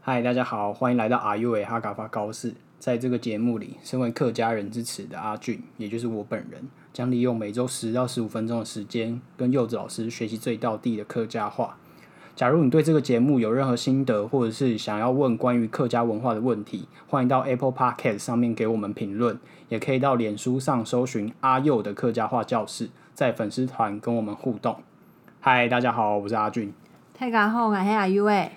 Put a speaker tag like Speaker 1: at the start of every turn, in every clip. Speaker 1: 嗨，大家好，欢迎来到阿 U 诶哈嘎发高士。在这个节目里，身为客家人之耻的阿俊，也就是我本人，将利用每周十到十五分钟的时间，跟柚子老师学习最道地的客家话。假如你对这个节目有任何心得，或者是想要问关于客家文化的问题，欢迎到 Apple Podcast 上面给我们评论，也可以到脸书上搜寻阿佑的客家话教室，在粉丝团跟我们互动。嗨，大家好，我是阿俊。
Speaker 2: 太感后啊，黑阿 U 诶，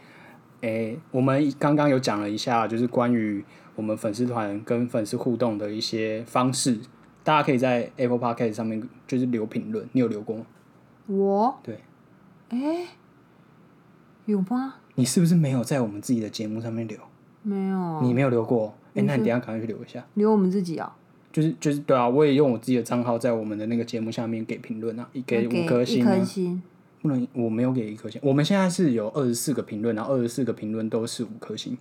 Speaker 1: 诶、我们刚刚有讲了一下，就是关于我们粉丝团跟粉丝互动的一些方式，大家可以在 Apple Podcast 上面就是留评论，你有留过吗？
Speaker 2: 我
Speaker 1: 对，
Speaker 2: 诶，有吗？
Speaker 1: 你是不是没有在我们自己的节目上面留？
Speaker 2: 没有，
Speaker 1: 你没有留过？诶、那你等一下赶快去留一下。
Speaker 2: 留我们自己哦、
Speaker 1: 就是就是对啊，我也用我自己的账号在我们的那个节目下面给评论啊，给
Speaker 2: 哦给
Speaker 1: 五颗
Speaker 2: 一
Speaker 1: 星啊
Speaker 2: 颗，星，
Speaker 1: 不能我没有给一颗星，我们现在是有二十四个评论，然后二十四个评论都是五颗星。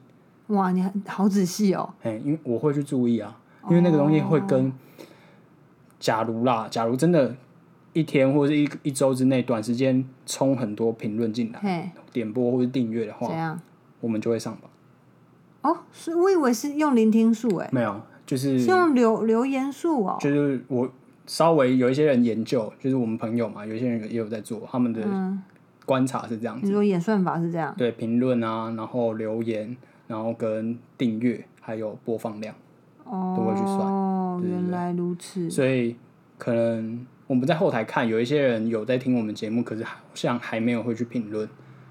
Speaker 2: 哇，你很好仔 细哦、
Speaker 1: 哎、因为我会去注意啊，因为那个东西会跟，假如啦，假如真的，一天或者一一周之内，短时间冲很多评论进来，
Speaker 2: 嘿，
Speaker 1: 点播或是订阅的
Speaker 2: 怎
Speaker 1: 话，
Speaker 2: 样？
Speaker 1: 我们就会上榜。
Speaker 2: 哦，是我以为是用聆听数诶、
Speaker 1: 没有，就是
Speaker 2: 是哦用留留言数哦、
Speaker 1: 嗯就是我稍微有一些人研究，就是我们朋友嘛，有一些人也有在做，他们的
Speaker 2: 嗯，
Speaker 1: 观察是这样子，
Speaker 2: 你说演算法是这样？
Speaker 1: 对评论啊，然后留言，然后跟订阅，还有播放量。都会去算
Speaker 2: 哦，
Speaker 1: 对对
Speaker 2: 原
Speaker 1: 对
Speaker 2: 来如此。
Speaker 1: 所以可能我们在后台看，有一些人有在听我们节目，可是好像还没有会去评论。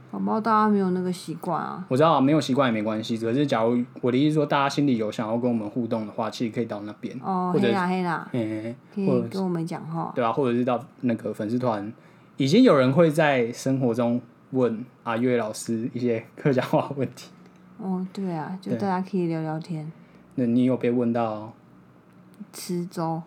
Speaker 2: 宝宝大家没有那个习惯啊。
Speaker 1: 我知道没有习惯也没关系，可是假如我的意思说，大家心里有想要跟我们互动的话，其实可以到那边，
Speaker 2: 哦，
Speaker 1: 或者
Speaker 2: 黑啦黑啦，
Speaker 1: 嗯、
Speaker 2: 可
Speaker 1: 或
Speaker 2: 以
Speaker 1: 者
Speaker 2: 跟我们讲话。
Speaker 1: 对啊，或者是到那个粉丝团，已经有人会在生活中问阿月老师一些 客家话问题。
Speaker 2: 哦，对啊，就
Speaker 1: 对
Speaker 2: 大家可以聊聊天，
Speaker 1: 那你有被问到？
Speaker 2: 吃粥，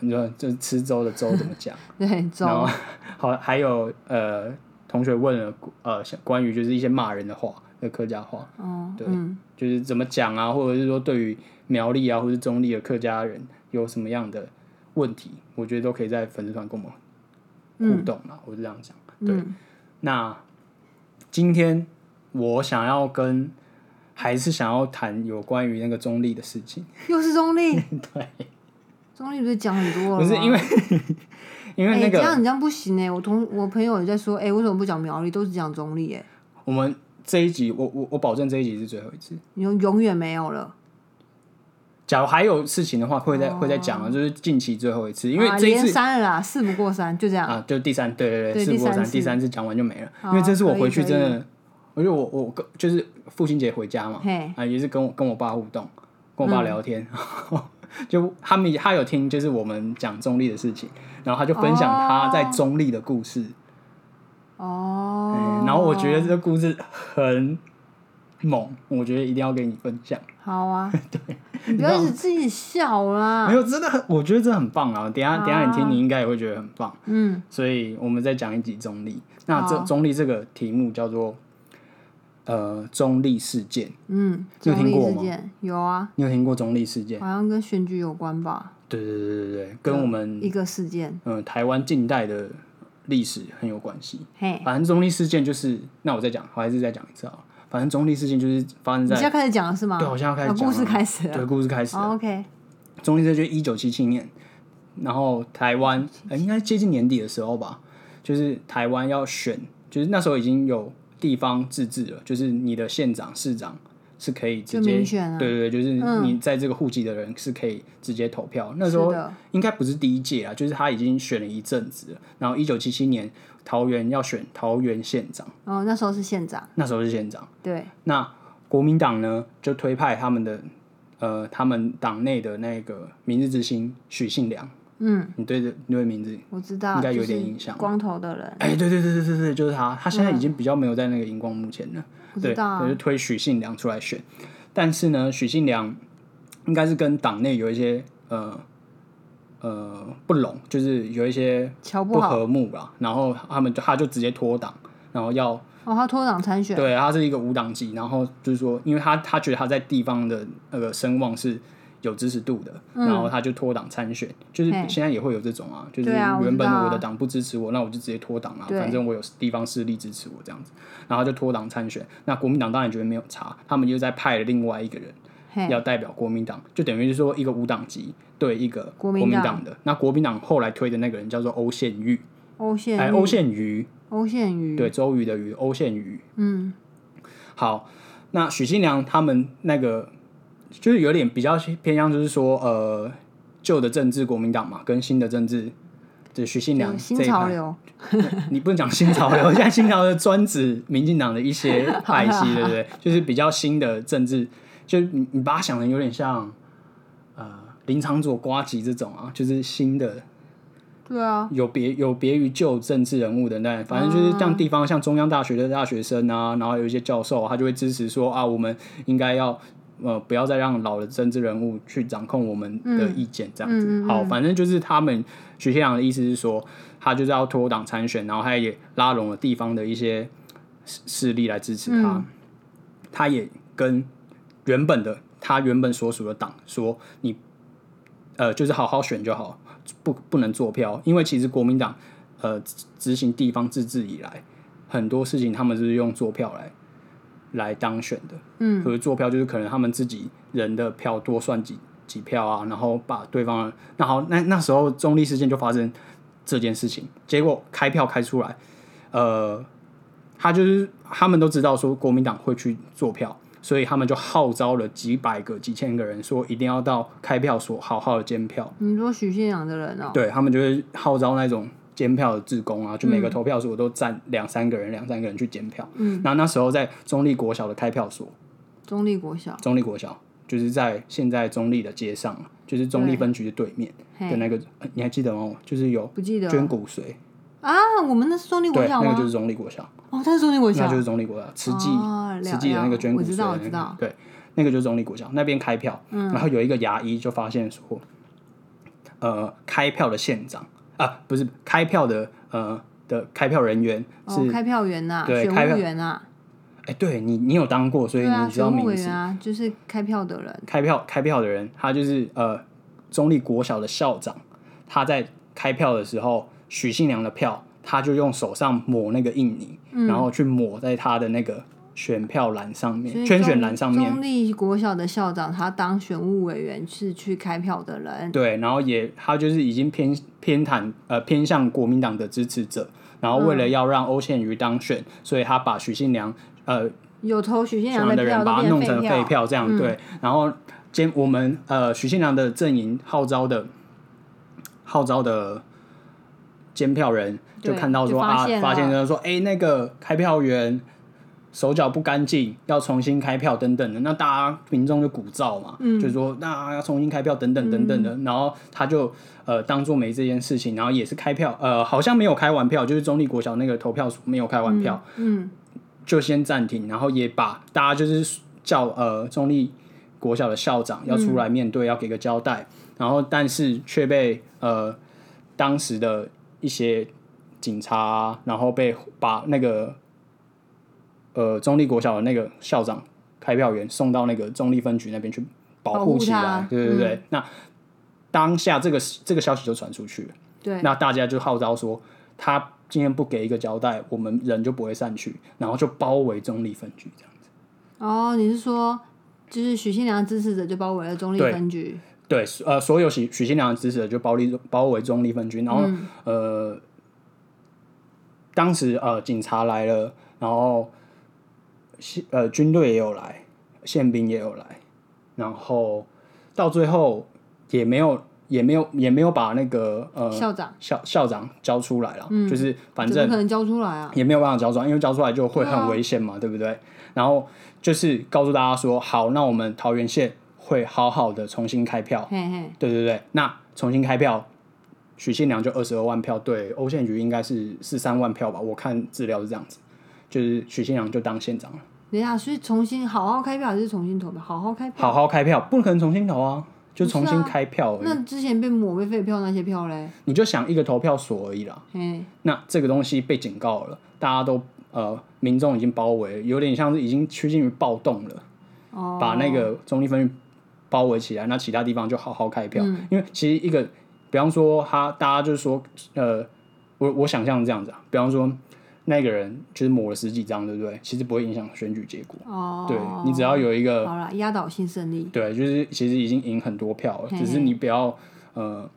Speaker 1: 你说就是吃粥的粥怎么讲？
Speaker 2: 对粥
Speaker 1: 然。后 好，还有呃，同学问了呃，像关于就是一些骂人的话，的客家话，
Speaker 2: 哦，
Speaker 1: 对
Speaker 2: 嗯，
Speaker 1: 就是怎么讲啊，或者是说对于苗栗啊，或是中立的客家人有什么样的问题，我觉得都可以在粉丝团跟我们互动啊，我是这样讲。对，
Speaker 2: 嗯
Speaker 1: 那今天我想要跟还是想要谈有关于那个中立的事情，
Speaker 2: 又是中立，
Speaker 1: 对，
Speaker 2: 中立不是讲很多
Speaker 1: 不
Speaker 2: 了吗？
Speaker 1: 是因为因为那
Speaker 2: 哎这
Speaker 1: 个
Speaker 2: 样你这样不行哎、我同我朋友也在说，哎、为什么不讲苗栗，都只讲中立哎、
Speaker 1: 我们这一集，我我我保证这一集是最后一次。
Speaker 2: 你永永远没有了，
Speaker 1: 假如还有事情的话，会再会再讲啊，就是近期最后一次，因为
Speaker 2: 哦啊、
Speaker 1: 这一
Speaker 2: 连
Speaker 1: 次
Speaker 2: 三了啦，事不过三，就这样。
Speaker 1: 啊，就第三，对对
Speaker 2: 对
Speaker 1: 事不过三，
Speaker 2: 第三次
Speaker 1: 第三次讲完就没了，
Speaker 2: 好
Speaker 1: 因为这次我回去
Speaker 2: 可以
Speaker 1: 真
Speaker 2: 可以
Speaker 1: 的，我觉得我我就是父亲节回家嘛
Speaker 2: 嘿，
Speaker 1: 啊，也是跟我跟我爸互动，跟我爸聊天，
Speaker 2: 嗯
Speaker 1: 就他们他有听就是我们讲中立的事情，然后他就分享他在中立的故事，
Speaker 2: 哦
Speaker 1: 嗯，然后我觉得这个故事很猛，我觉得一定要跟你分享。
Speaker 2: 好啊，你不要一直自己笑啦
Speaker 1: 没，有，真的很，我觉得真的很棒啊！等一下，等一下你听，你应该也会觉得很棒。
Speaker 2: 嗯，
Speaker 1: 所以我们再讲一集中立。那这
Speaker 2: 好
Speaker 1: 中立这个题目叫做呃中立事件，
Speaker 2: 嗯，
Speaker 1: 你有
Speaker 2: 中
Speaker 1: 听
Speaker 2: 立
Speaker 1: 过
Speaker 2: 事
Speaker 1: 吗
Speaker 2: 件有啊，
Speaker 1: 你有听过中立事件？
Speaker 2: 好像跟选举有关吧，
Speaker 1: 对对对对对，跟我们
Speaker 2: 一个事件，
Speaker 1: 嗯、呃台湾近代的历史很有关系。
Speaker 2: 嘿，
Speaker 1: 反正中立事件就是，那我再讲，我还是再讲一次啊。反正中立事件就是发生
Speaker 2: 你现在
Speaker 1: 在
Speaker 2: 开始讲了是吗？
Speaker 1: 对，我现在要开始
Speaker 2: 啊
Speaker 1: 讲
Speaker 2: 故事
Speaker 1: 了
Speaker 2: 开始了
Speaker 1: 对，故事开始了。
Speaker 2: 哦，OK，
Speaker 1: 中立这就一九七七年，然后台湾、呃、应该接近年底的时候吧，就是台湾要选，就是那时候已经有地方自治了，就是你的县长、市长是可以直
Speaker 2: 就
Speaker 1: 接
Speaker 2: 民选啊
Speaker 1: 对对对，就是你在这个户籍的人是可以直接投票。那时候
Speaker 2: 是的
Speaker 1: 应该不是第一届啊，就是他已经选了一阵子了。然后一九七七年桃园要选桃园县长，
Speaker 2: 哦，那时候是县长，
Speaker 1: 那时候是县长。
Speaker 2: 对，
Speaker 1: 那国民党呢，就推派他们的呃，他们党内的那个明日之星许信良，
Speaker 2: 嗯，
Speaker 1: 你对这你对名字，
Speaker 2: 我知道，
Speaker 1: 应该有
Speaker 2: 就是
Speaker 1: 点印象
Speaker 2: 光头的人，
Speaker 1: 哎、对对对对对对，就是他，他现在已经比较没有在那个荧光幕前了，
Speaker 2: 我
Speaker 1: 对，
Speaker 2: 知道啊
Speaker 1: 就是推许信良出来选，但是呢，许信良应该是跟党内有一些呃呃不拢，就是有一些
Speaker 2: 瞧
Speaker 1: 不
Speaker 2: 不好
Speaker 1: 和睦啦，然后他们就他就直接脱党，然后要
Speaker 2: 哦，他脱党参选，
Speaker 1: 对，他是一个无党籍，然后就是说，因为他他觉得他在地方的那个声望是有支持度的，然后他就脱党参选，就是
Speaker 2: 嗯嘿
Speaker 1: 现在也会有这种啊，就是
Speaker 2: 对啊我
Speaker 1: 原
Speaker 2: 知
Speaker 1: 本
Speaker 2: 道啊
Speaker 1: 我的党不支持我，那我就直接脱党啊，
Speaker 2: 对
Speaker 1: 反正我有地方势力支持我这样子，然后他就脱党参选。那国民党当然觉得没有差，他们又在派了另外一个人
Speaker 2: 嘿，
Speaker 1: 要代表国民党，就等于是说一个无党籍对一个
Speaker 2: 国
Speaker 1: 国
Speaker 2: 民
Speaker 1: 民
Speaker 2: 党
Speaker 1: 党的。那国民党后来推的那个人叫做欧宪玉，
Speaker 2: 欧宪
Speaker 1: 哎，
Speaker 2: 玉
Speaker 1: 欧宪瑜，
Speaker 2: 欧宪宇，
Speaker 1: 对，周瑜的瑜，欧宪瑜。
Speaker 2: 嗯，
Speaker 1: 好，那许新良他们那个就是有点比较偏向，就是说呃，旧的政治国民党嘛，跟新的政治。就是许信良
Speaker 2: 对新
Speaker 1: 这一
Speaker 2: 潮
Speaker 1: 派
Speaker 2: 流，
Speaker 1: 你不能讲新潮流，现 在新潮流专指民进党的一些 派系，对不对？就是比较新的政治，就是你你把它想成有点像呃林长佐、瓜吉这种啊，就是新的
Speaker 2: 对啊，
Speaker 1: 有别有别于旧政治人物的那，反正就是像地方像中央大学的大学生啊，然后有一些教授啊、他就会支持说啊，我们应该要呃不要再让老的政治人物去掌控我们的意见这样子。
Speaker 2: 嗯嗯嗯
Speaker 1: 好，反正就是他们许先良的意思是说，他就是要脱党参选，然后他也拉拢了地方的一些势势力来支持他，他也跟原本的他原本所属的党说，你呃就是好好选就好，不不能坐票，因为其实国民党呃执执行地方自治以来，很多事情他们是用坐票来来当选的，
Speaker 2: 嗯，
Speaker 1: 可是坐票就是可能他们自己人的票多算几几票啊，然后把对方的那好那那时候中立事件就发生这件事情，结果开票开出来，呃，他就是他们都知道说国民党会去做票，所以他们就号召了几百个、几千个人，说一定要到开票所好好的监票。
Speaker 2: 你说许信良的人哦，
Speaker 1: 对他们就会号召那种监票的志工啊，就每个投票所都站两三个人、两三个人去监票。嗯，那那时候在中立国小的开票所，
Speaker 2: 中立国小，
Speaker 1: 中立国小就是在现在中立的街上，就是中立分局的对面的
Speaker 2: 嘿，
Speaker 1: 那个，呃你还记得吗？就是有
Speaker 2: 不记得
Speaker 1: 捐骨髓，
Speaker 2: 啊，我们那是中立国
Speaker 1: 对，
Speaker 2: 小
Speaker 1: 那个就
Speaker 2: 吗？
Speaker 1: 是中立国小。
Speaker 2: 哦，他是中立国
Speaker 1: 那
Speaker 2: 小
Speaker 1: 就，是中立国小，慈济
Speaker 2: 哦
Speaker 1: 慈
Speaker 2: 了
Speaker 1: 济的那个捐
Speaker 2: 了
Speaker 1: 骨髓
Speaker 2: 我知道
Speaker 1: 的那个
Speaker 2: 我知道嗯
Speaker 1: 对，那个就是中立国小那边开票，然后有一个牙医就发现说，呃，开票的县长啊，不是开票的呃的开票人员是，
Speaker 2: 哦，开票员呐，
Speaker 1: 对
Speaker 2: 选
Speaker 1: 开票
Speaker 2: 务员呐，
Speaker 1: 哎、对你你有当过，所以
Speaker 2: 对啊，
Speaker 1: 你知
Speaker 2: 选
Speaker 1: 道
Speaker 2: 务
Speaker 1: 名
Speaker 2: 委
Speaker 1: 字。
Speaker 2: 员啊，就是开票的人，
Speaker 1: 开票开票的人，他就是呃中立国小的校长，他在开票的时候，许信良的票，他就用手上抹那个印泥，
Speaker 2: 嗯
Speaker 1: 然后去抹在他的那个选票栏上
Speaker 2: 所
Speaker 1: 面，
Speaker 2: 以
Speaker 1: 圈选
Speaker 2: 中
Speaker 1: 栏上面。
Speaker 2: 中立国小的校长，他当选务委员是去开票的人，
Speaker 1: 对，然后也他就是已经偏偏袒呃偏向国民党的支持者，然后为
Speaker 2: 嗯
Speaker 1: 了要让欧宪瑜当选，所以他把许信良呃
Speaker 2: 有投许信
Speaker 1: 选
Speaker 2: 良
Speaker 1: 完的
Speaker 2: 票嗯
Speaker 1: 人
Speaker 2: 都
Speaker 1: 把他
Speaker 2: 变
Speaker 1: 弄成
Speaker 2: 废
Speaker 1: 废票，这样、对，然后兼我们呃许信良的阵营号召的号召的。监票人就
Speaker 2: 对
Speaker 1: 看到
Speaker 2: 就
Speaker 1: 说
Speaker 2: 发
Speaker 1: 啊，
Speaker 2: 现
Speaker 1: 发现
Speaker 2: 了
Speaker 1: 就是说，哎、那个开票员手脚不干净，要重新开票等等的，那大家民众就鼓噪嘛，
Speaker 2: 嗯
Speaker 1: 就说那要重新开票等等等等的，然后他就呃当做没这件事情，然后也是开票，呃好像没有开完票，就是中立国小那个投票所没有开完票，
Speaker 2: 嗯，
Speaker 1: 就先暂停，然后也把大家就是叫呃中立国小的校长要
Speaker 2: 嗯
Speaker 1: 出来面对，要给个交代，然后但是却被呃当时的一些警察啊，然后被把那个呃中立国小的那个校长开票员送到那个中立分局那边去保
Speaker 2: 保
Speaker 1: 护
Speaker 2: 护
Speaker 1: 起
Speaker 2: 他嗯
Speaker 1: 来，对对对，那当下这个这个消息就传出去了。
Speaker 2: 对，
Speaker 1: 那大家就号召说，他今天不给一个交代，我们人就不会散去，然后就包围中立分局这样。
Speaker 2: 哦，你是说就是许信良支持者就包围了中立
Speaker 1: 对
Speaker 2: 分局，
Speaker 1: 对，呃，所有许许新良的支持者就包立包围中立分局，然后、呃，当时呃警察来了，然后西呃军队也有来，宪兵也有来，然后到最后也没有也没有也没有把那个呃
Speaker 2: 校长
Speaker 1: 校校长嗯交出来了，就是反
Speaker 2: 怎
Speaker 1: 正
Speaker 2: 么可能交出来啊？
Speaker 1: 也没有办法交出来，因为交出来就会很危险嘛，对啊不对？然后就是告诉大家说，好，那我们桃园县会好好的重新开票，
Speaker 2: 嘿嘿，
Speaker 1: 对对对，那重新开票，许信良就二十二万票，对，欧宪局应该是四三万票吧，我看资料是这样子，就是许信良就当县长了，
Speaker 2: 等一下，所以重新好好开票还是重新投票？好好开票，
Speaker 1: 好好开票，不可能重新投啊，就重新开票而已，
Speaker 2: 那之前被抹被废票那些票嘞，
Speaker 1: 你就想一个投票所而已啦，
Speaker 2: 嘿，
Speaker 1: 那这个东西被警告了，大家都呃，民众已经包围了，有点像是已经趋近于暴动了，
Speaker 2: 哦
Speaker 1: 把那个中立分局包围起来，那其他地方就好好开票。
Speaker 2: 嗯
Speaker 1: 因为其实一个，比方说他，大家就是说，呃，我我想象这样子啊，比方说那个人就是抹了十几张，对不对？其实不会影响选举结果。
Speaker 2: 哦，
Speaker 1: 对你只要有一个
Speaker 2: 好了，压倒性胜利，
Speaker 1: 对，就是其实已经赢很多票了，
Speaker 2: 嘿
Speaker 1: 只是
Speaker 2: 嘿
Speaker 1: 你不要呃，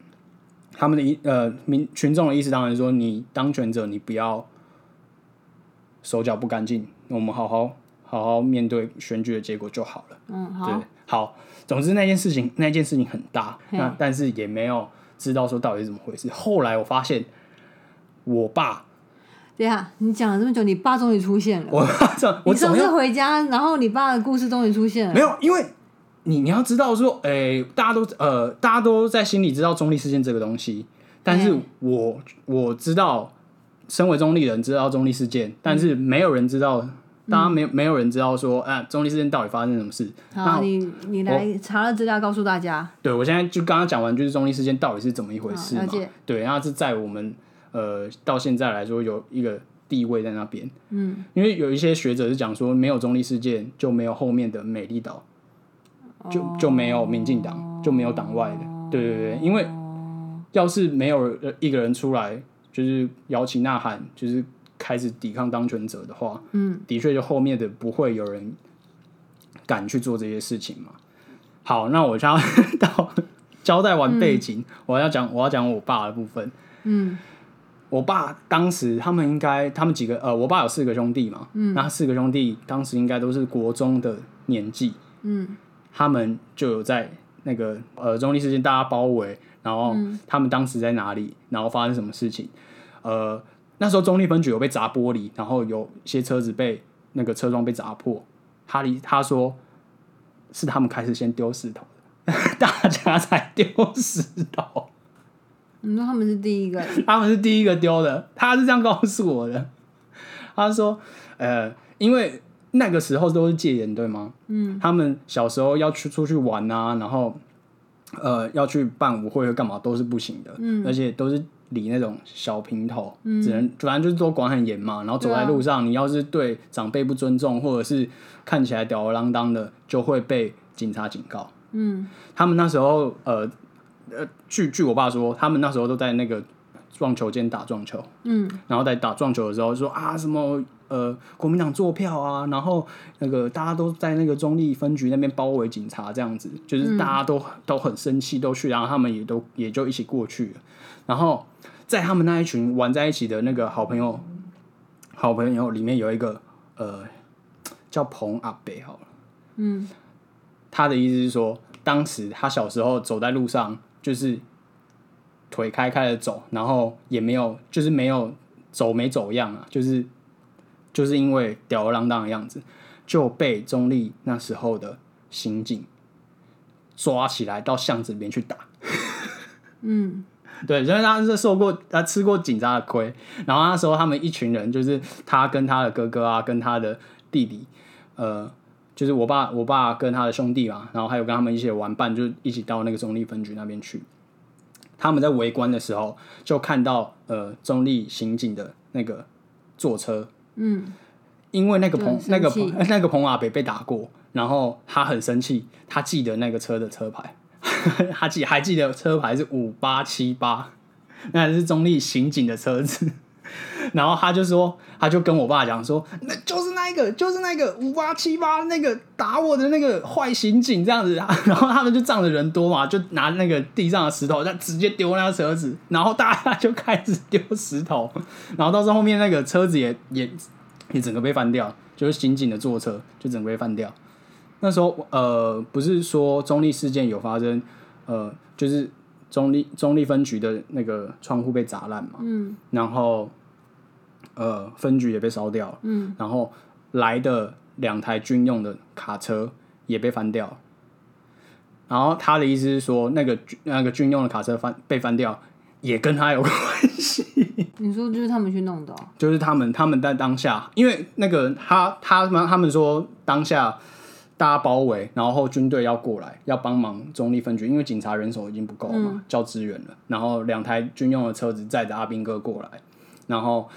Speaker 1: 他们的意呃民群众的意思当然说，你当权者你不要手脚不干净，我们好好好好面对选举的结果就好了。
Speaker 2: 嗯，
Speaker 1: 对
Speaker 2: 好，，
Speaker 1: 好，总之那件事情那件事情很大，
Speaker 2: 嘿
Speaker 1: 那但是也没有知道说到底是怎么回事。后来我发现，我爸，
Speaker 2: 对呀，你讲了这么久，你爸终于出现了。
Speaker 1: 我爸这我
Speaker 2: 你上
Speaker 1: 总要
Speaker 2: 次回家，然后你爸的故事终于出现
Speaker 1: 没
Speaker 2: 了。
Speaker 1: 有，因为你你要知道说，诶、大家都呃，大家都在心里知道中立事件这个东西，但是
Speaker 2: 嗯
Speaker 1: 我、我知道，身为中立人知道中立事件，但是
Speaker 2: 嗯
Speaker 1: 没有人知道，大家没有没有人知道说，啊，中立事件到底发生什么事？
Speaker 2: 好，
Speaker 1: 那
Speaker 2: 你你来查了资料，告诉大家。
Speaker 1: 对我现在就刚刚讲完，就是中立事件到底是怎么一回事
Speaker 2: 好
Speaker 1: 嘛
Speaker 2: 嗯了解？
Speaker 1: 对，然后是在我们呃到现在来说有一个地位在那边，
Speaker 2: 嗯，
Speaker 1: 因为有一些学者是讲说，没有中立事件就没有后面的美丽岛。就就没有民进党，就没有党外的。对对对，因为
Speaker 2: 哦
Speaker 1: 要是没有一个人出来，就是摇旗呐喊，就是开始抵抗当权者的话，嗯，的确就后面的不会有人敢去做这些事情嘛。好，那我就要到 交代完背景，我要讲我要讲我爸的部分。
Speaker 2: 嗯，
Speaker 1: 我爸当时他们应该他们几个呃，我爸有四个兄弟嘛，嗯，那四个兄弟当时应该都是国中的年纪，
Speaker 2: 嗯，
Speaker 1: 他们就有在那个呃中立事件大家包围，然后他们当时在哪里，然后发生什么事情，呃，那时候中立分局有被砸玻璃，然后有些车子被那个车窗被砸破，哈利他说是他们开始先丢石头的， 大家才丢石头。
Speaker 2: 你说他们是第一个，
Speaker 1: 他们是第一个丢的，他是这样告诉我的。他说，呃，因为那个时候都是戒严，对吗？嗯，他们小时候要去出去玩啊，然后呃要去办舞会或干嘛都是不行的，嗯，而且都是理那种小平头，嗯、啊只能反正就是都管很严嘛。然后走在路上，你要是对长辈不尊重，或者是看起来吊儿郎当的，就会被警察警告。
Speaker 2: 嗯，
Speaker 1: 他们那时候呃呃，据据我爸说，他们那时候都在那个撞球间打撞球，
Speaker 2: 嗯，
Speaker 1: 然后在打撞球的时候说啊什么呃国民党坐票啊，然后那个大家都在那个中立分局那边包围警察这样子，就是大家都、都很生气，都去，然后他们也都也就一起过去了，然后在他们那一群玩在一起的那个好朋友，好朋友里面有一个呃叫彭阿北好了。他的意思是说，当时他小时候走在路上，就是腿开开的走，然后也没有，就是没有走没走样啊，就是就是因为吊儿郎当的样子，就被中立那时候的刑警抓起来到巷子里面去打。
Speaker 2: 嗯，
Speaker 1: 对，因为他是受过他吃过警察的亏，然后那时候他们一群人就是他跟他的哥哥啊，跟他的弟弟，呃，就是我爸我爸跟他的兄弟嘛，然后还有跟他们一起的玩伴，就一起到那个中立分局那边去。他们在围观的时候，就看到呃中立刑警的那个坐车，
Speaker 2: 嗯，
Speaker 1: 因为那个彭
Speaker 2: 就
Speaker 1: 那
Speaker 2: 很
Speaker 1: 个
Speaker 2: 生
Speaker 1: 彭
Speaker 2: 气
Speaker 1: 那个彭阿北被打过，然后他很生气，他记得那个车的车牌， 他记还记得车牌是五八七八，那是中立刑警的车子。 然后他就说，他就跟我爸讲说，那就是那一个，就是那个五八七八那个打我的那个坏刑警这样子。啊 然后他们就仗着人多嘛，就拿那个地上的石头，就直接丢那个车子，然后大家就开始丢石头， 然后到时候后面那个车子也也也整个被翻掉，就是刑警的坐车就整个被翻掉。那时候呃，不是说中立事件有发生，呃，就是中立中立分局的那个窗户被砸烂嘛，
Speaker 2: 嗯，
Speaker 1: 然后呃分局也被烧掉了，嗯，然后来的两台军用的卡车也被翻掉了。然后他的意思是说，那个军那个军用的卡车翻被翻掉，也跟他有关系。
Speaker 2: 你说就是他们去弄的哦，
Speaker 1: 就是他们他们在当下，因为那个他他们他们说当下大家包围，然后军队要过来要帮忙中立分局，因为警察人手已经不够了嘛，叫支援了。然后两台军用的车子载着阿兵哥过来，然后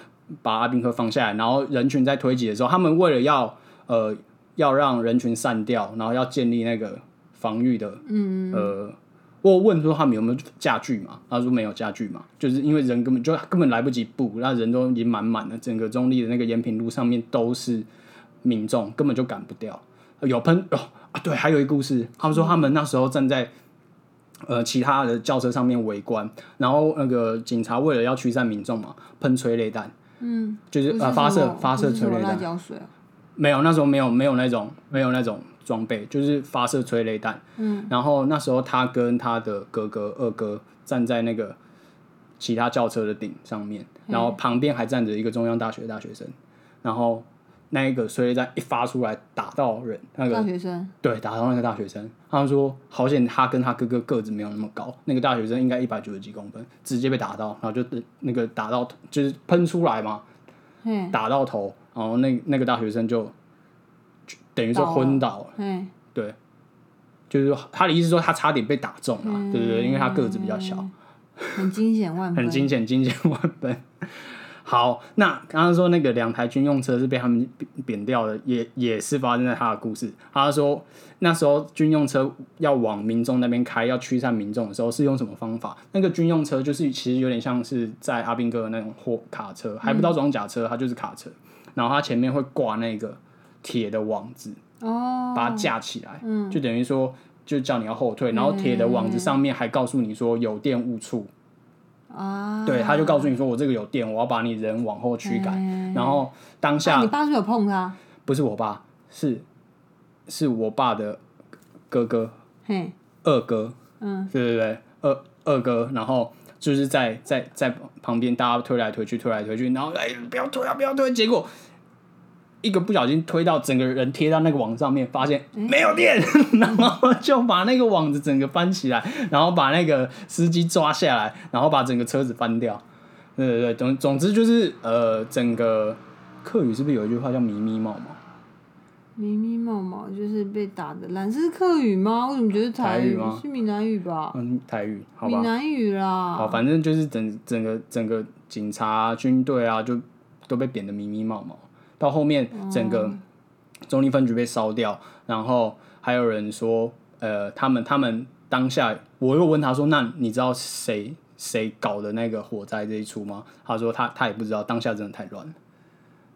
Speaker 1: 把阿兵哥放下来，然后人群在推挤的时候，他们为了要呃要让人群散掉，然后要建立那个防御的，嗯呃，我有问说他们有没有家具嘛，他说没有家具嘛，就是因为人根本就根本来不及补，那人都已经满满了，整个中立的那个延平路上面都是民众，根本就赶不掉。有喷哦啊，对，还有一个故事，他们说他们那时候站在呃其他的轿车上面围观，然后那个警察为了要驱散民众嘛，喷催泪弹，嗯，就是
Speaker 2: 不
Speaker 1: 呃发
Speaker 2: 什
Speaker 1: 射
Speaker 2: 么
Speaker 1: 发
Speaker 2: 不
Speaker 1: 射
Speaker 2: 是什
Speaker 1: 催
Speaker 2: 么
Speaker 1: 泪
Speaker 2: 辣
Speaker 1: 弹，
Speaker 2: 椒水啊，
Speaker 1: 没有，那时候没有没有那种没有那种装备，就是发射催泪弹。嗯，然后那时候他跟他的哥哥二哥站在那个其他轿车的顶上面，然后旁边还站着一个中央大学的大学生，然后那一个催泪弹一发出来打到人，那个
Speaker 2: 大学生
Speaker 1: 对打到那个大学生，他说好险他跟他哥哥个子没有那么高，那个大学生应该一百九十几公分，直接被打到，然后就那个打到就是喷出来嘛，
Speaker 2: 嘿
Speaker 1: 打到头，然后那那个大学生就就等于说昏倒了，
Speaker 2: 嘿，
Speaker 1: 对，就是说他的意思说他差点被打中了，对不对？因为他个子比较小，
Speaker 2: 很惊险万分
Speaker 1: 很。惊险，惊险万分。 好，那刚刚说那个两台军用车是被他们扁扁掉的，也也是发生在他的故事。他说那时候军用车要往民众那边开，要驱散民众的时候是用什么方法？那个军用车就是其实有点像是在阿兵哥的那种货卡车，还不到装甲车，它就是卡车。然后它前面会挂那个铁的网子，
Speaker 2: 哦，
Speaker 1: 把它架起来，就等于说就叫你要后退，然后铁的网子上面还告诉你说有电误触，
Speaker 2: 啊，
Speaker 1: 对，他就告诉你说我这个有电，我要把你人往后驱赶，然后当
Speaker 2: 哎啊
Speaker 1: 下
Speaker 2: 你爸是不是有碰他，
Speaker 1: 不是我爸，是是我爸的哥哥
Speaker 2: 嘿，
Speaker 1: 二哥，嗯，对对对，二二哥，然后。就是在在在旁边，大家推来推去，推来推去，然后哎、不要推啊，不要推！结果一个不小心推到整个人贴到那个网上面，发现没有电， 然后就把那个网子整个翻起来，然后把那个司机抓下来，然后把整个车子翻掉。对对对，总总之就是呃，整个客语是不是有一句话叫“咪咪帽”嘛？
Speaker 2: 咪咪毛毛就是被打的烂，这是客语吗？我怎么觉得
Speaker 1: 台语
Speaker 2: 语
Speaker 1: 吗
Speaker 2: 是闽南语吧？
Speaker 1: 嗯，台语好吧
Speaker 2: 闽。南语
Speaker 1: 好，
Speaker 2: 啦，
Speaker 1: 反正就是整整个整个警察啊、军队啊，就都被贬得迷迷毛毛。到后面整个中立分局被烧掉，然后还有人说，呃，他们他们当下，我又问他说，那你知道谁谁搞的那个火灾这一出吗？他说他他也不知道，当下真的太乱了。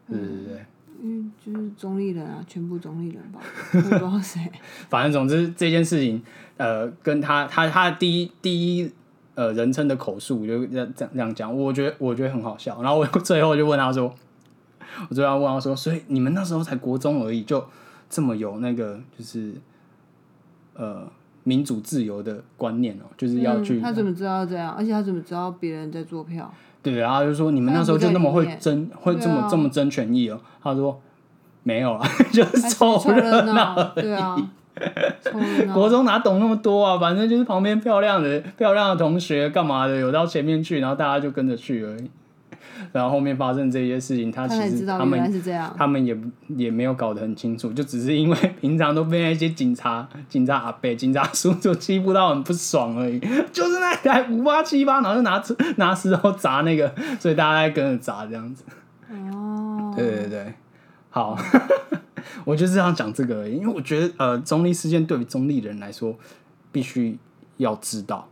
Speaker 1: 对对对，
Speaker 2: 嗯，就是中立人啊，全部中立人 吧，我也不知道谁。
Speaker 1: 反正总之这件事情，呃，跟他他他的第一第一呃人称的口述，我就这样这样这样讲，我觉得我觉得很好笑。然后我最后就问他说，我最后问他说，所以你们那时候才国中而已，就这么有那个就是呃民主自由的观念哦、就是要去、
Speaker 2: 嗯他怎么知道这样？而且他怎么知道别人在做票？
Speaker 1: 对，然后就说你们那时候就那么会争，
Speaker 2: 不在
Speaker 1: 会
Speaker 2: 里面
Speaker 1: 这么、
Speaker 2: 对啊
Speaker 1: 这么争权益哦、他说没有啊， 就是
Speaker 2: 还是
Speaker 1: 凑
Speaker 2: 凑
Speaker 1: 热
Speaker 2: 热
Speaker 1: 闹
Speaker 2: 闹，对啊，凑热 闹。
Speaker 1: 国中哪懂那么多啊？反正就是旁边漂亮的、漂亮的同学干嘛的，有到前面去，然后大家就跟着去而已。然后后面发生这些事情，他
Speaker 2: 他
Speaker 1: 其
Speaker 2: 才
Speaker 1: 实
Speaker 2: 知道
Speaker 1: 他
Speaker 2: 原来
Speaker 1: 们
Speaker 2: 是这样。
Speaker 1: 他们也也没有搞得很清楚，就只是因为 平常都被那些警察、警察阿伯、警察叔叔欺负到很不爽而已。就是那台五八七八，然后就拿出拿石头砸那个，所以大家在跟着砸这样子。
Speaker 2: 哦，
Speaker 1: 对对对，好， 我就是想讲这个而已，因为我觉得呃，中立事件对于中立人来说，必须要知道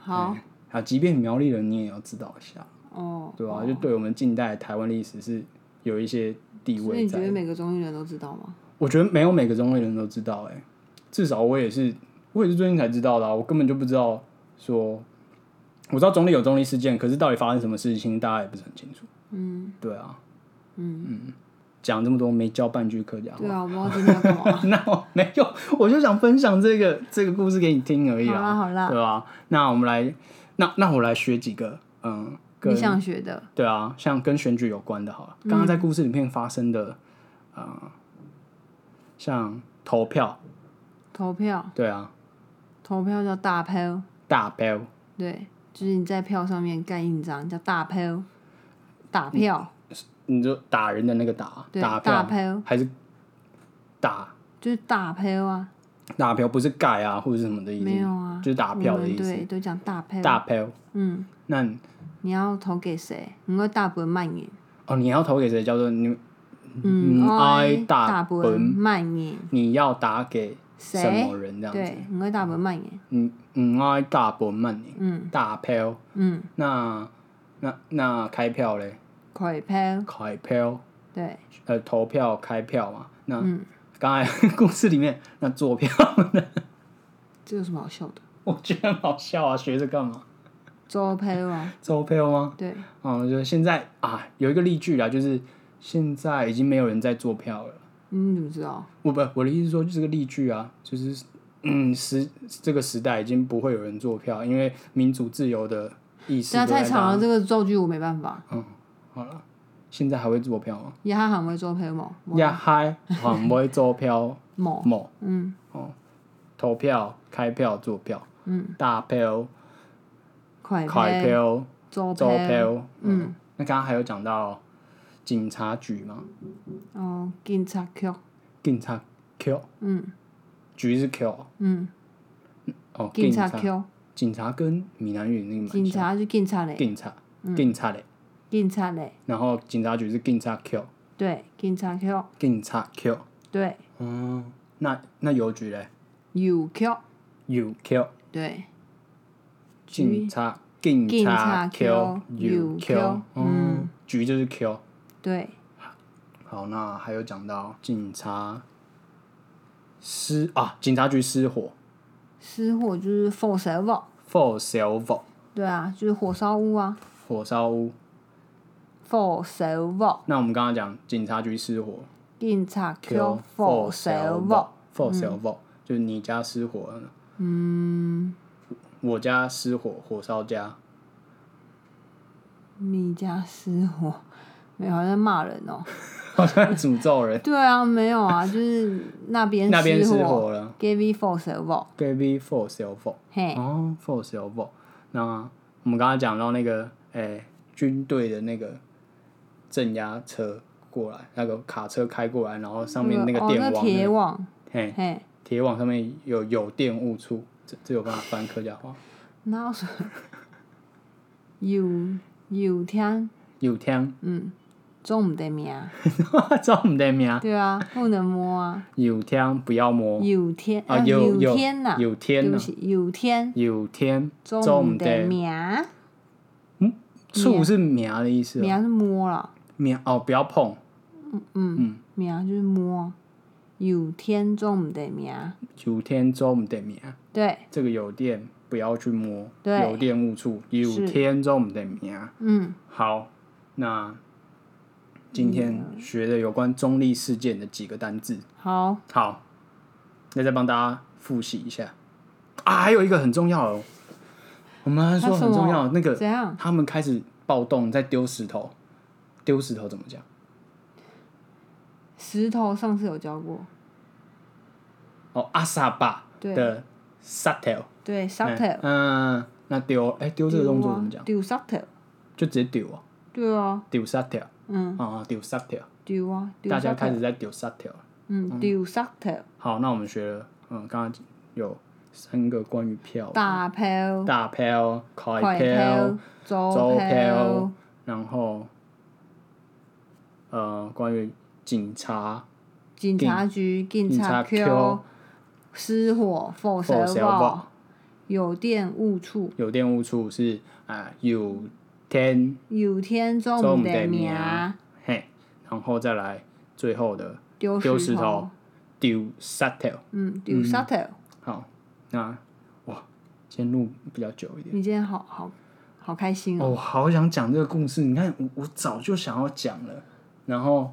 Speaker 2: 好，
Speaker 1: 啊，即便苗栗人你也要知道一下，
Speaker 2: 哦，
Speaker 1: 对吧、就对我们近代台湾历史是有一些地
Speaker 2: 所以
Speaker 1: 位
Speaker 2: 你觉
Speaker 1: 在
Speaker 2: 得。每个中立人都知道 吗？
Speaker 1: 我觉得没有每个中立人都知道、欸，哎，至少我也是，我也是最近才知道的、啊，我根本就不知道说。我知道中立有中立事件，可是到底发生什么事情，大家也不是很清楚。嗯，对啊，
Speaker 2: 嗯
Speaker 1: 嗯，讲这么多没教半句客家话
Speaker 2: 对，啊，我不知道今天要干嘛。
Speaker 1: 那我没有，我就想分享这个这个故事给你听而已
Speaker 2: 好啦
Speaker 1: 啊，
Speaker 2: 好啦，
Speaker 1: 对吧、那我们来，那那我来学几个，嗯，
Speaker 2: 你
Speaker 1: 跟
Speaker 2: 想学的，
Speaker 1: 对啊，像跟选举有关的，好
Speaker 2: 嗯
Speaker 1: 了，刚刚在故事里面发生的，嗯，像投票，
Speaker 2: 投票，
Speaker 1: 对啊，
Speaker 2: 投票叫大票，
Speaker 1: 大票，
Speaker 2: 对，就是你在票上面盖印章，叫大票，打票，
Speaker 1: 你就打人的那个打，
Speaker 2: 对，
Speaker 1: 打
Speaker 2: 大
Speaker 1: 嗯票
Speaker 2: 票
Speaker 1: 还是打
Speaker 2: 就是大票啊，
Speaker 1: 打票，不是盖啊或者是什么的意
Speaker 2: 没
Speaker 1: 思，
Speaker 2: 有啊，
Speaker 1: 就是打票
Speaker 2: 我
Speaker 1: 的
Speaker 2: 们
Speaker 1: 意思，
Speaker 2: 对，都讲大票，
Speaker 1: 大票，
Speaker 2: 嗯，
Speaker 1: 那
Speaker 2: 你要投给谁？你会大本蔓延，
Speaker 1: 哦，你要投给谁叫做你？
Speaker 2: 嗯，
Speaker 1: 嗯
Speaker 2: 我
Speaker 1: 爱
Speaker 2: 爱
Speaker 1: 大
Speaker 2: 大
Speaker 1: 本
Speaker 2: 本蔓延，
Speaker 1: 你要打给什
Speaker 2: 谁
Speaker 1: 么？人这样子。
Speaker 2: 对，我会大本慢耶。
Speaker 1: 嗯嗯，我爱大伯曼嗯，大票，嗯，那那那开票嘞，
Speaker 2: 快票，
Speaker 1: 开票，
Speaker 2: 对，嗯
Speaker 1: 呃，投票开票嘛。那刚、才故事里面那做票呢，
Speaker 2: 这有什么好笑的？
Speaker 1: 我觉得很好笑啊，学着干嘛？
Speaker 2: 做票啊，
Speaker 1: 做票吗？
Speaker 2: 对，
Speaker 1: 哦，我觉得现在啊，有一个例句啦，就是现在已经没有人在做票了。
Speaker 2: 嗯你怎么知道？
Speaker 1: 我不，我的意思是说，就是这个例句啊，就是嗯，时这个时代已经不会有人做票，因为民主自由的意识
Speaker 2: 对啊，
Speaker 1: 都在
Speaker 2: 太长
Speaker 1: 大
Speaker 2: 了，这个造句我没办法。
Speaker 1: 好了，现在还会做票吗？
Speaker 2: 也还很会做票嘛，
Speaker 1: 呀 嗨，好，不会做 票
Speaker 2: 某
Speaker 1: 某
Speaker 2: 嗯，
Speaker 1: 投票、开票、做票，
Speaker 2: 嗯，
Speaker 1: 大票、
Speaker 2: 快
Speaker 1: 开
Speaker 2: 票，
Speaker 1: 票、
Speaker 2: 做
Speaker 1: 做
Speaker 2: 票，
Speaker 1: 票，嗯，那刚刚还有讲到警察局嘛，
Speaker 2: 哦，警察局，
Speaker 1: 警察 Q，
Speaker 2: 嗯
Speaker 1: 局是 Q 哦。
Speaker 2: 嗯，
Speaker 1: 哦，
Speaker 2: 警
Speaker 1: 察
Speaker 2: 察局，
Speaker 1: 警察跟闽南语那个蛮
Speaker 2: 警察嗯是警察
Speaker 1: 像，
Speaker 2: 嘞，
Speaker 1: 警察，警察嘞，
Speaker 2: 警察嘞，
Speaker 1: 然后警察局是警察 Q，
Speaker 2: 对，警察局，
Speaker 1: 警察 Q，
Speaker 2: 对，
Speaker 1: 嗯，那那邮局嘞，
Speaker 2: 邮局，
Speaker 1: 邮 Q，
Speaker 2: 对，
Speaker 1: 警
Speaker 2: 局，
Speaker 1: 察警
Speaker 2: 警
Speaker 1: 察
Speaker 2: 察
Speaker 1: Q，
Speaker 2: Q，
Speaker 1: 邮
Speaker 2: 邮
Speaker 1: Q，
Speaker 2: Q，
Speaker 1: 嗯，局就是 Q。
Speaker 2: 对，
Speaker 1: 好，那还有讲到警察失啊，警察局失火
Speaker 2: 失火就是火烧屋，
Speaker 1: ，for sale，
Speaker 2: 对啊，就是火烧屋啊，
Speaker 1: 火烧屋。
Speaker 2: 火烧屋，
Speaker 1: 那我们刚刚讲警察局失火
Speaker 2: 警察局，
Speaker 1: ，Q
Speaker 2: 火烧屋，
Speaker 1: for sale，就是你家失火了。
Speaker 2: 嗯，
Speaker 1: 我家失火，火烧家。
Speaker 2: 你家失火，没有好像骂人哦，
Speaker 1: 好像诅咒人。
Speaker 2: 对啊，没有 啊，就是那边
Speaker 1: 那边失
Speaker 2: 失
Speaker 1: 火了
Speaker 2: ，give me 火烧屋，
Speaker 1: ，Gave for sale for
Speaker 2: 嘿，
Speaker 1: 哦，for sale for。那我们刚刚讲到那个，诶、军队的那个镇压车过来，那个卡车开过来，然后上面那个电
Speaker 2: 哦，那
Speaker 1: 网，
Speaker 2: 铁
Speaker 1: 那
Speaker 2: 网，
Speaker 1: 嘿，
Speaker 2: 嘿，
Speaker 1: 铁网上面有有电误触，这这有办法翻客家话？
Speaker 2: 哪 有什么？油油天，
Speaker 1: 有听，
Speaker 2: 嗯，总毋得命，
Speaker 1: 照我们的名，
Speaker 2: 啊对啊，不能摸啊，
Speaker 1: 有听不要摸
Speaker 2: 油天
Speaker 1: 啊，有
Speaker 2: 油
Speaker 1: 有
Speaker 2: 天呐，
Speaker 1: 有
Speaker 2: 对
Speaker 1: 天
Speaker 2: 不
Speaker 1: 呐，
Speaker 2: 起，油天，
Speaker 1: 有天，
Speaker 2: 总毋得
Speaker 1: 的
Speaker 2: 命，
Speaker 1: 触是名的意思哦，
Speaker 2: 啊命是摸啦，
Speaker 1: 名哦，不要碰。
Speaker 2: 命啊就是摸，油天总毋得命，
Speaker 1: 九天周唔得名，
Speaker 2: 啊对，
Speaker 1: 这个有电不要去摸，
Speaker 2: 对
Speaker 1: 有电误触，有天周唔得名。
Speaker 2: 嗯，
Speaker 1: 啊好，那今天学的有关中立事件的几个单字，
Speaker 2: 好，
Speaker 1: 好，那再帮大家复习一下啊，还有一个很重要哦，我们说很重要，那个
Speaker 2: 怎样？
Speaker 1: 他们开始暴动，在丢石头，丢石头怎么讲？
Speaker 2: 石头上次有教过，
Speaker 1: 哦，阿萨巴
Speaker 2: 对
Speaker 1: 的 s a t e l
Speaker 2: 对，石头，
Speaker 1: 嗯，那丢，哎、丢这个动作怎么讲？
Speaker 2: 丢石头，
Speaker 1: 就直接丢啊。
Speaker 2: 对啊，
Speaker 1: 丢沙条，
Speaker 2: 嗯，
Speaker 1: 啊，丢沙条，
Speaker 2: 丢啊，丢
Speaker 1: 大
Speaker 2: 石
Speaker 1: 家开
Speaker 2: 头，
Speaker 1: 始在丢沙条。
Speaker 2: 嗯，丢石头，
Speaker 1: 好，那我们学了，嗯，刚刚有三个关于票，
Speaker 2: 大炮。
Speaker 1: 大票、快
Speaker 2: 快
Speaker 1: 票
Speaker 2: 票、、
Speaker 1: 周
Speaker 2: 左
Speaker 1: 票
Speaker 2: 票，，
Speaker 1: 然后，呃，关于警察、
Speaker 2: 警察局、警
Speaker 1: 警察
Speaker 2: 察
Speaker 1: Q
Speaker 2: Q、失火、
Speaker 1: 火
Speaker 2: 火蛇
Speaker 1: 蛇
Speaker 2: 报、有电误触、
Speaker 1: 有电务处是啊，有天
Speaker 2: 有天
Speaker 1: 中
Speaker 2: 中
Speaker 1: 午
Speaker 2: 午
Speaker 1: 的
Speaker 2: 的
Speaker 1: 名啊
Speaker 2: 名，
Speaker 1: 嘿，然后再来最后的
Speaker 2: 丢
Speaker 1: 丢石头
Speaker 2: 头，、
Speaker 1: 丢沙条。
Speaker 2: 嗯，丢石头。
Speaker 1: 好，那哇，今天录比较久一点。
Speaker 2: 你今天好好好开心
Speaker 1: 哦，
Speaker 2: 哦！
Speaker 1: 我好想讲这个故事。你看，我我早就想要讲了，然后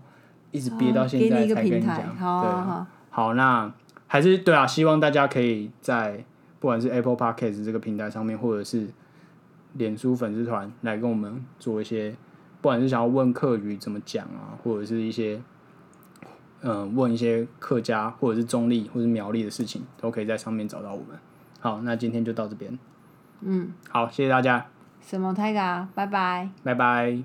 Speaker 1: 一直憋到现
Speaker 2: 哦给
Speaker 1: 在
Speaker 2: 你一个
Speaker 1: 才跟
Speaker 2: 平
Speaker 1: 你
Speaker 2: 台，
Speaker 1: 讲。
Speaker 2: 好
Speaker 1: 对
Speaker 2: 好
Speaker 1: 啊，
Speaker 2: 好，
Speaker 1: 好，那还是对啊，希望大家可以在不管是 Apple Podcast 这个平台上面，或者是脸书粉丝团来跟我们做一些，不管是想要问客语怎么讲啊，或者是一些。嗯，问一些客家或者是中立或者是苗栗的事情，都可以在上面找到我们。好，那今天就到这边。
Speaker 2: 嗯，
Speaker 1: 好，谢谢大家，
Speaker 2: 什么泰嘎，拜拜。
Speaker 1: 拜拜。